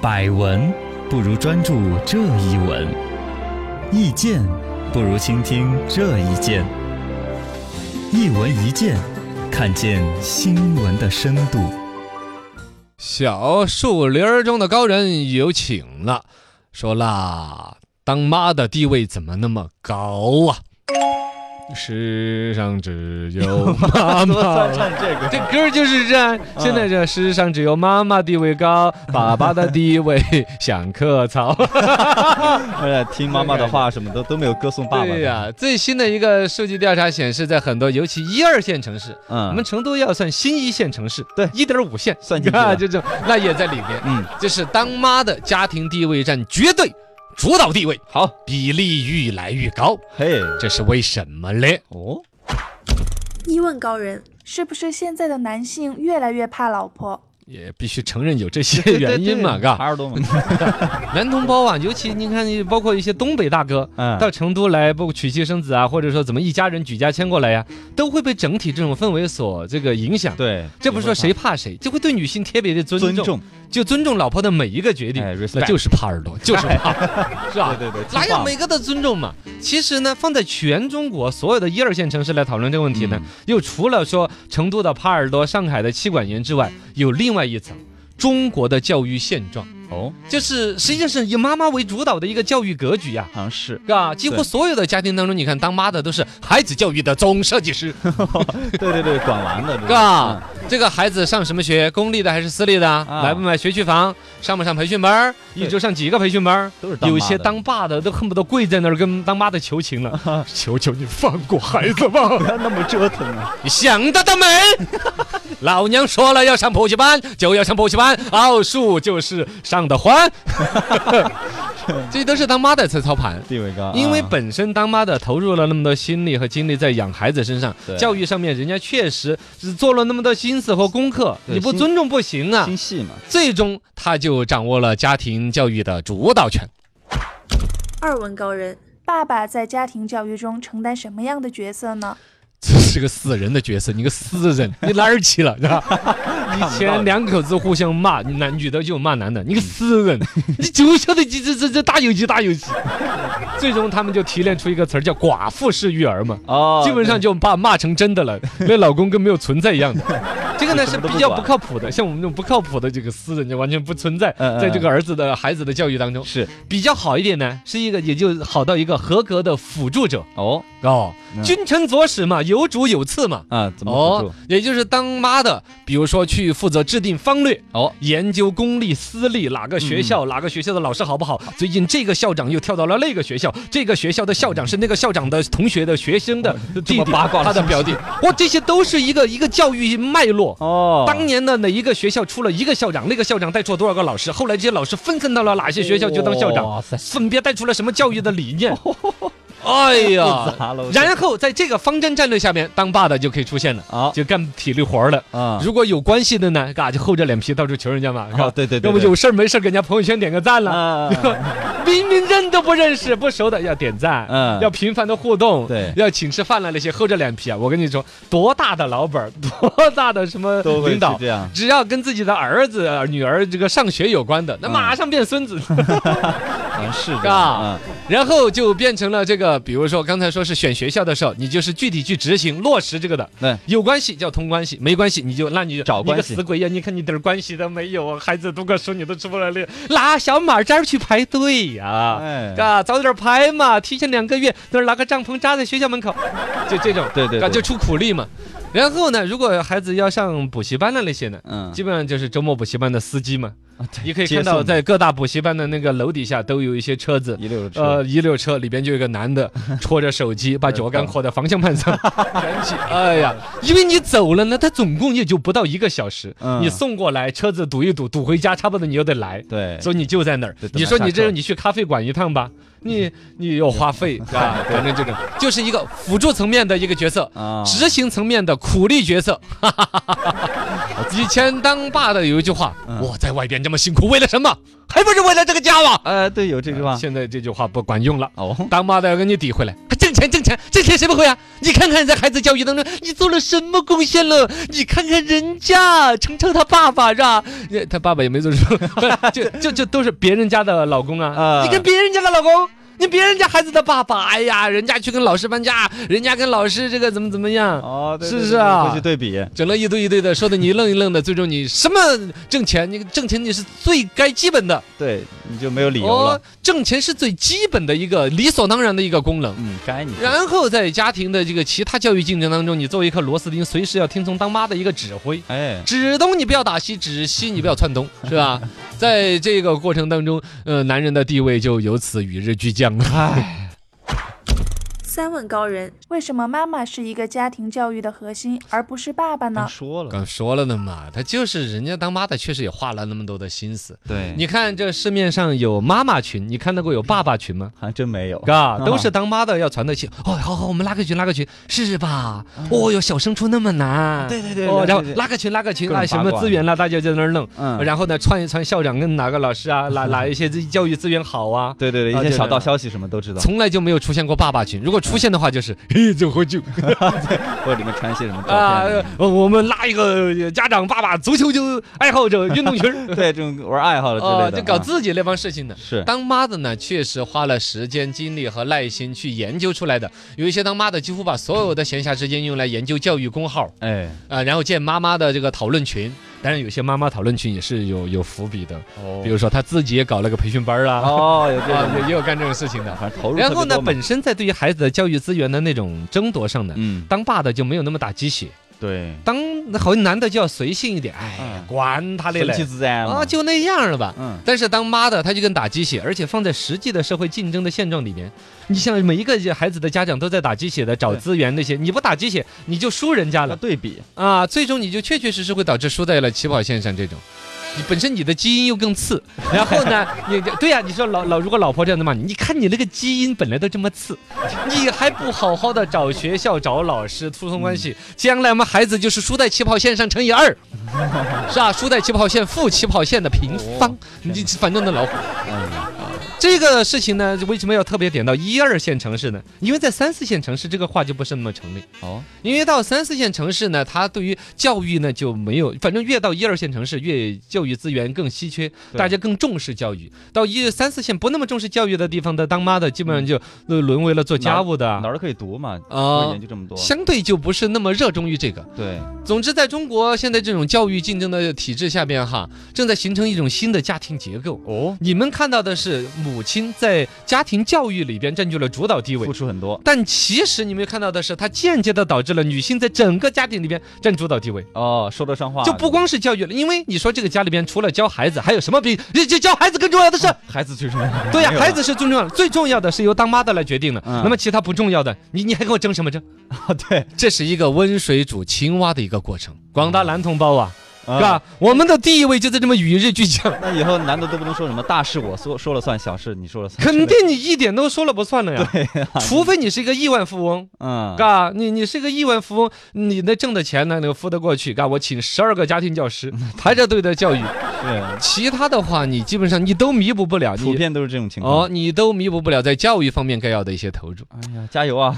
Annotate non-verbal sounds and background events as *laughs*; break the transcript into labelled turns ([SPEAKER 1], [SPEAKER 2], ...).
[SPEAKER 1] 百闻不如专注这一闻，意见不如倾听这一见。一闻一见，看见新闻的深 *laughs* 度。
[SPEAKER 2] 小树林儿中的高人有请了，说啦，当妈的地位怎么那么高啊？世上只有妈妈。
[SPEAKER 1] 这
[SPEAKER 2] *laughs*
[SPEAKER 1] 个
[SPEAKER 2] 这歌儿就是这样，现在这世上只有妈妈地位 *laughs* 高，爸爸的地位想割草。 *laughs*
[SPEAKER 1] 而且听妈妈的话什么的都没有歌颂爸爸。
[SPEAKER 2] 对呀、最新的一个数据调查显示，在很多尤其一二线城市，我
[SPEAKER 1] 嗯
[SPEAKER 2] 们，成都要算新一线城市，
[SPEAKER 1] 对
[SPEAKER 2] 一点五线
[SPEAKER 1] 算进去
[SPEAKER 2] 啊，
[SPEAKER 1] 了
[SPEAKER 2] *laughs* 就这种，那也在里面。
[SPEAKER 1] 嗯，
[SPEAKER 2] 就是当妈的家庭地位占绝对主导地位，
[SPEAKER 1] 好，
[SPEAKER 2] 比例愈来愈高，
[SPEAKER 1] 嘿，
[SPEAKER 2] 这是为什么嘞？
[SPEAKER 1] 哦，
[SPEAKER 3] 一问高人，
[SPEAKER 4] 是不是现在的男性越来越怕老婆？
[SPEAKER 2] 也必须承认有这些原因嘛，嘎，
[SPEAKER 1] 耳朵嘛，
[SPEAKER 2] *laughs* 男同胞啊，尤其你看，包括一些东北大哥。
[SPEAKER 1] 嗯，
[SPEAKER 2] 到成都来，包括娶妻生子啊，或者说怎么一家人举家迁过来呀、都会被整体这种氛围所这个影响。
[SPEAKER 1] 对，
[SPEAKER 2] 这不是说谁怕谁，就会对女性特别的尊重，
[SPEAKER 1] 尊重，
[SPEAKER 2] 就尊重老婆的每一个决定。
[SPEAKER 1] 哎，respect
[SPEAKER 2] 那就是怕耳朵，就是怕，
[SPEAKER 1] *laughs*
[SPEAKER 2] 是吧？
[SPEAKER 1] 对对对，
[SPEAKER 2] 哪
[SPEAKER 1] 听话
[SPEAKER 2] 有每个都尊重嘛？其实呢，放在全中国所有的一二线城市来讨论这个问题
[SPEAKER 1] 嗯
[SPEAKER 2] 呢，又除了说成都的耙耳朵、上海的妻管严之外，有另外一层中国的教育现状，
[SPEAKER 1] 哦，
[SPEAKER 2] 就是实际上是以妈妈为主导的一个教育格局呀、
[SPEAKER 1] 好像是，
[SPEAKER 2] 是吧？几乎
[SPEAKER 1] 对
[SPEAKER 2] 所有的家庭当中，你看当妈的都是孩子教育的总设计师，
[SPEAKER 1] 对对对，管完的，
[SPEAKER 2] 是吧？这个孩子上什么学，公立的还是私立的？
[SPEAKER 1] 啊
[SPEAKER 2] 买不买学区房？上不上培训班儿？一
[SPEAKER 1] 对
[SPEAKER 2] 周上几个培训班儿？
[SPEAKER 1] 都是
[SPEAKER 2] 有些当爸的都恨不得跪在那儿跟当妈的求情了， *laughs* 求求你放过孩子吧！
[SPEAKER 1] 不要那么折腾啊，
[SPEAKER 2] 你 *laughs* 想得到没？ *laughs* 老娘说了要上补习班就要上补习班，奥数就是上的 *laughs* 欢，这都是当妈的在操盘。
[SPEAKER 1] 地位高，
[SPEAKER 2] 因为
[SPEAKER 1] 啊
[SPEAKER 2] 本身当妈的投入了那么多心力和精力在养孩子身上
[SPEAKER 1] 对，
[SPEAKER 2] 教育上面人家确实是做了那么多心思和功课，
[SPEAKER 1] 对
[SPEAKER 2] 你不
[SPEAKER 1] 心
[SPEAKER 2] 尊重不行啊！
[SPEAKER 1] 心细嘛，
[SPEAKER 2] 最终他就掌握了家庭教育的主导权。
[SPEAKER 3] 二问高人，
[SPEAKER 4] 爸爸在家庭教育中承担什么样的角色呢？
[SPEAKER 2] 这是个死人的角色，你个死人，你哪儿去了？是
[SPEAKER 1] *laughs*
[SPEAKER 2] 吧？
[SPEAKER 1] 到
[SPEAKER 2] 以前两口子互相骂，男女的就骂男的，你个死人，你就晓得这这这这打游戏打游戏。最终他们就提炼出一个词儿叫“寡妇式育儿”嘛，
[SPEAKER 1] 哦，
[SPEAKER 2] 基本上就把骂成真的
[SPEAKER 1] *laughs*
[SPEAKER 2] 了，那老公跟没有存在一样的。这个呢
[SPEAKER 1] 什
[SPEAKER 2] 是
[SPEAKER 1] 么都不
[SPEAKER 2] 比较不
[SPEAKER 1] 管
[SPEAKER 2] 靠谱的，像我们这种不靠谱的这个私人就完全不存在
[SPEAKER 1] 嗯嗯，
[SPEAKER 2] 在这个儿子的孩子的教育当中。
[SPEAKER 1] 是
[SPEAKER 2] 比较好一点呢，是一个也就好到一个合格的辅助者
[SPEAKER 1] 哦
[SPEAKER 2] 哦，
[SPEAKER 1] 嗯
[SPEAKER 2] 君臣佐使嘛，有主有次嘛。
[SPEAKER 1] 啊，怎么辅
[SPEAKER 2] 哦
[SPEAKER 1] 助？，
[SPEAKER 2] 也就是当妈的，比如说去负责制定方略，
[SPEAKER 1] 哦，嗯
[SPEAKER 2] 研究公立、私立哪个学校、哪个学校的老师好不好。最近这个校长又跳到了那个学校，这个学校的校长是那个校长的同学的学生的弟
[SPEAKER 1] 哦么
[SPEAKER 2] 弟，
[SPEAKER 1] 八卦
[SPEAKER 2] 他
[SPEAKER 1] 了
[SPEAKER 2] 的表弟。哇，这些都是一个一个教育脉络。
[SPEAKER 1] 哦，
[SPEAKER 2] 当年的哪一个学校出了一个校长，那个校长带出了多少个老师？后来这些老师分散到了哪些学校去当校长？
[SPEAKER 1] 哇塞，
[SPEAKER 2] 分别带出了什么教育的理
[SPEAKER 1] *laughs*
[SPEAKER 2] 念？哎呀
[SPEAKER 1] 复杂了我，觉得
[SPEAKER 2] 然后在这个方针战略下面，当爸的就可以出现了，
[SPEAKER 1] 好
[SPEAKER 2] 就干体力活儿了。
[SPEAKER 1] 啊，
[SPEAKER 2] 如果有关系的呢，嘎就厚着脸皮到处求人家嘛，是吧
[SPEAKER 1] 哦？对对对，
[SPEAKER 2] 要不
[SPEAKER 1] 对
[SPEAKER 2] 有事儿没事儿给人家朋友圈点个赞了，
[SPEAKER 1] 啊，
[SPEAKER 2] *laughs* 明明认都不认识、不熟的要点赞，
[SPEAKER 1] 嗯
[SPEAKER 2] 要频繁的互动，
[SPEAKER 1] 对
[SPEAKER 2] 要请吃饭了那些厚着脸皮啊！我跟你说，多大的老板儿， *laughs* 多大的什么
[SPEAKER 1] 都会
[SPEAKER 2] 领导
[SPEAKER 1] 是，这样，
[SPEAKER 2] 只要跟自己的儿子、女儿这个上学有关的，那
[SPEAKER 1] 嗯
[SPEAKER 2] 马上变孙子。
[SPEAKER 1] 好像是这样，
[SPEAKER 2] 啊
[SPEAKER 1] 嗯，
[SPEAKER 2] 然后就变成了这个，比如说刚才说是选学校的时候，你就是具体去执行落实这个的。
[SPEAKER 1] 对，
[SPEAKER 2] 有关系叫通关系，没关系你就那你就
[SPEAKER 1] 找关系
[SPEAKER 2] 你个死鬼呀！你看你一点关系都没有，啊孩子读个书你都出不来力，拿小马扎儿去排队呀、
[SPEAKER 1] 哎
[SPEAKER 2] 啊，早点排嘛，提前两个月，那儿拿个帐篷扎在学校门口，就这种，
[SPEAKER 1] 对对
[SPEAKER 2] 啊
[SPEAKER 1] 对，
[SPEAKER 2] 就出苦力嘛。然后呢，如果孩子要上补习班的那些呢，
[SPEAKER 1] 嗯，啊
[SPEAKER 2] 基本上就是周末补习班的司机嘛。
[SPEAKER 1] 对
[SPEAKER 2] 你可以
[SPEAKER 1] 接
[SPEAKER 2] 看到，
[SPEAKER 1] 送
[SPEAKER 2] 在各大补习班的那个楼底下都有一些车子。
[SPEAKER 1] 一溜车
[SPEAKER 2] 呃，，一溜车里边就有个男
[SPEAKER 1] *laughs*
[SPEAKER 2] 的戳着手机，把脚杆扣在方向盘上， *laughs* 卷起。哎呀，因为你走了呢，他总共也就不到一个小时，
[SPEAKER 1] 嗯
[SPEAKER 2] 你送过来，车子堵一堵，堵回家，差不多你又得来，
[SPEAKER 1] 对，
[SPEAKER 2] 所以你就在那儿
[SPEAKER 1] 哎对。等
[SPEAKER 2] 你
[SPEAKER 1] 他
[SPEAKER 2] 说
[SPEAKER 1] 下
[SPEAKER 2] 你这
[SPEAKER 1] 车嗯
[SPEAKER 2] 你去咖啡馆一趟吧，你你有花费啊，反正这种就是一个辅助层面的一个角色。
[SPEAKER 1] 啊， *laughs*
[SPEAKER 2] 执行层面的苦力角色，
[SPEAKER 1] 我
[SPEAKER 2] 以前当爸的有一句话
[SPEAKER 1] 嗯：“
[SPEAKER 2] 我在外边这么辛苦，为了什么？还不是为了这个家嘛。
[SPEAKER 1] 呃，对，有这句”话。
[SPEAKER 2] 现在哎这句话不管用了。
[SPEAKER 1] 哦，
[SPEAKER 2] 当妈的要跟你诋毁了，还啊挣钱挣钱挣钱谁不会啊？你看看在孩子教育当中，你做了什么贡献了？你看看人家程程他爸爸是吧？呃 *laughs* 他爸爸也没做什么， *laughs* 就就就都是别人家的老公啊！
[SPEAKER 1] 啊
[SPEAKER 2] 你跟别人家的老公，你别人家孩子的爸爸，哎呀，人家去跟老师搬家，人家跟老师这个怎么怎么样，
[SPEAKER 1] 哦，对
[SPEAKER 2] 是
[SPEAKER 1] 对
[SPEAKER 2] 不
[SPEAKER 1] 对
[SPEAKER 2] 是啊
[SPEAKER 1] 回去对比。
[SPEAKER 2] 整了一堆一堆的，说的你一愣一愣的，最终你什么挣钱？你挣钱你是最该基本的，
[SPEAKER 1] 对，你就没有理由了。，
[SPEAKER 2] 哦挣钱是最基本的一个理所当然的一个功能。
[SPEAKER 1] 嗯，该你。
[SPEAKER 2] 然后在家庭的这个其他教育竞争当中，你作为一颗螺丝钉，随时要听从当妈的一个指挥，
[SPEAKER 1] 哎，
[SPEAKER 2] 指东你不要打西，指西你不要窜东，是 *laughs* 吧？在这个过程当中，呃，男人的地位就由此与日俱啊降了。
[SPEAKER 1] 唉，
[SPEAKER 3] 三问高人，
[SPEAKER 4] 为什么妈妈是一个家庭教育的核心，而不是爸爸
[SPEAKER 2] 啊
[SPEAKER 4] 呢
[SPEAKER 1] 刚？说
[SPEAKER 2] *laughs*
[SPEAKER 1] 了，
[SPEAKER 2] 刚说了的嘛，他就是人家当妈的，确实也花了那么多的心思。
[SPEAKER 1] 对，
[SPEAKER 2] 你看这市面上有妈妈群，你看到过有爸爸群吗？
[SPEAKER 1] 还真没有。
[SPEAKER 2] 啊，都
[SPEAKER 1] 嗯
[SPEAKER 2] 是当妈的要传的气。哦，好好，我们拉个群，拉个群，是吧？哦哟，小升初那么难。
[SPEAKER 1] 嗯对对对
[SPEAKER 2] 哦，
[SPEAKER 1] 对
[SPEAKER 2] 然后
[SPEAKER 1] 对对
[SPEAKER 2] 拉个群，拉个群
[SPEAKER 1] 各种
[SPEAKER 2] 啊，什么
[SPEAKER 1] 八卦
[SPEAKER 2] 资源啦，大家就在那儿弄。
[SPEAKER 1] 嗯，
[SPEAKER 2] 然后呢，串一串校长跟哪个老师
[SPEAKER 1] *laughs*
[SPEAKER 2] 啊，哪哪一些教育资源好啊。
[SPEAKER 1] 对对对，
[SPEAKER 2] 啊
[SPEAKER 1] 一些
[SPEAKER 2] 对
[SPEAKER 1] 小
[SPEAKER 2] 对
[SPEAKER 1] 道
[SPEAKER 2] 对
[SPEAKER 1] 消息什么
[SPEAKER 2] *laughs*
[SPEAKER 1] 都知道，
[SPEAKER 2] 从来就没有出现过爸爸群，如果出现的话，就是嘿，走回
[SPEAKER 1] *laughs*
[SPEAKER 2] 去
[SPEAKER 1] 或者里面传一些什么
[SPEAKER 2] 啊
[SPEAKER 1] 照片。！
[SPEAKER 2] 我我们拉一个家长爸爸足球就爱好者运动群儿，
[SPEAKER 1] 对，这种玩爱好了之
[SPEAKER 2] 哦，
[SPEAKER 1] 类的啊，嗯
[SPEAKER 2] 就搞自己那帮事情的。
[SPEAKER 1] *laughs* 是
[SPEAKER 2] 当妈的呢，确实花了时间、精力和耐心去研究出来的。有一些当妈的几乎把所有的闲暇时间用来研究教育公号
[SPEAKER 1] 哎，
[SPEAKER 2] 啊、然后建妈妈的这个讨论群。当然，有些妈妈讨论群也是有有伏笔的，
[SPEAKER 1] 哦
[SPEAKER 2] 比如说她自己也搞了个培训班儿啊，
[SPEAKER 1] 哦，有这
[SPEAKER 2] 啊，
[SPEAKER 1] 种，
[SPEAKER 2] 也也有干这种事情的。
[SPEAKER 1] 反正投入特别
[SPEAKER 2] 然后呢，
[SPEAKER 1] 多嘛
[SPEAKER 2] 本身在对于孩子的教育资源的那种争夺上呢，
[SPEAKER 1] 嗯，
[SPEAKER 2] 当爸的就没有那么大鸡血，
[SPEAKER 1] 对，
[SPEAKER 2] 当好像男的就要随性一点，哎
[SPEAKER 1] 嗯，
[SPEAKER 2] 管他嘞
[SPEAKER 1] 顺其
[SPEAKER 2] 嘞，
[SPEAKER 1] 自然嘛
[SPEAKER 2] 啊，就那样了吧。
[SPEAKER 1] 嗯，
[SPEAKER 2] 但是当妈的，她就跟打鸡血，而且放在实际的社会竞争的现状里面，你像每一个孩子的家长都在打鸡血的找
[SPEAKER 1] 对
[SPEAKER 2] 资源那些，你不打鸡血你就输人家
[SPEAKER 1] 要
[SPEAKER 2] 了
[SPEAKER 1] 对比，
[SPEAKER 2] 啊，最终你就确确实实会导致输在了起跑线上这种。你本身你的基因又更次，然后呢， *laughs* 你对呀、你说老老如果老婆这样的骂你，你看你那个基因本来都这么次，你还不好好的找学校找老师疏通关系，将来我们孩子就是输在起跑线上乘以二， *laughs* 是吧？输在起跑线负起跑线的平方，你反正的老虎。
[SPEAKER 1] 嗯，
[SPEAKER 2] 这个事情呢，为什么要特别点到一二线城市呢？因为在三四线城市，这个话就不是那么成立。
[SPEAKER 1] 哦，
[SPEAKER 2] 因为到三四线城市呢，它对于教育呢就没有，反正越到一二线城市，越教育资源更稀缺，
[SPEAKER 1] 对
[SPEAKER 2] 大家更重视教育。到一三四线不那么重视教育的地方的当妈的，基本上就呃沦为了做家务的
[SPEAKER 1] 哪
[SPEAKER 2] 啊、
[SPEAKER 1] 儿都可以读嘛，不是研究这么多，
[SPEAKER 2] 相对就不是那么热衷于这个。
[SPEAKER 1] 对，
[SPEAKER 2] 总之，在中国现在这种教育竞争的体制下边，哈，正在形成一种新的家庭结构。
[SPEAKER 1] 哦，
[SPEAKER 2] 你们看到的是母亲在家庭教育里边占据了主导地位
[SPEAKER 1] 付，出很多，
[SPEAKER 2] 但其实你没有看到的是，它间接的导致了女性在整个家庭里边占主导地位，
[SPEAKER 1] 哦，说得上话，
[SPEAKER 2] 就不光是教育了，因为你说这个家里边除了教孩子，还有什么比这教孩子更重要的事？
[SPEAKER 1] 孩子最重要，
[SPEAKER 2] 对呀、
[SPEAKER 1] 没有了
[SPEAKER 2] 孩子是最重要的，最重要的是由当妈的来决定的。
[SPEAKER 1] 嗯
[SPEAKER 2] 那么其他不重要的，你你还跟我争什么争？
[SPEAKER 1] 啊， *laughs* 对，
[SPEAKER 2] 这是一个温水煮青蛙的一个过程。广大男同胞啊，
[SPEAKER 1] 是
[SPEAKER 2] 是吧？我们的地位就在这么与日俱降。
[SPEAKER 1] 嗯那以后男的都不能说什么大事我说说了算，小事你说了算，
[SPEAKER 2] 肯定你一点都说了不算了 *laughs* 呀，除非你是一个亿万富翁，
[SPEAKER 1] 嗯，
[SPEAKER 2] 嘎，你你是个亿万富翁，你那挣的钱呢能付得过去，嘎，我请十二个家庭教师，
[SPEAKER 1] 嗯
[SPEAKER 2] 排着队的教育，
[SPEAKER 1] 是，
[SPEAKER 2] 其他的话你基本上你都弥补不了，
[SPEAKER 1] 普
[SPEAKER 2] 你
[SPEAKER 1] 遍都是这种情况。
[SPEAKER 2] 哦，你都弥补不了在教育方面该要的一些投入。
[SPEAKER 1] 哎呀，加油啊！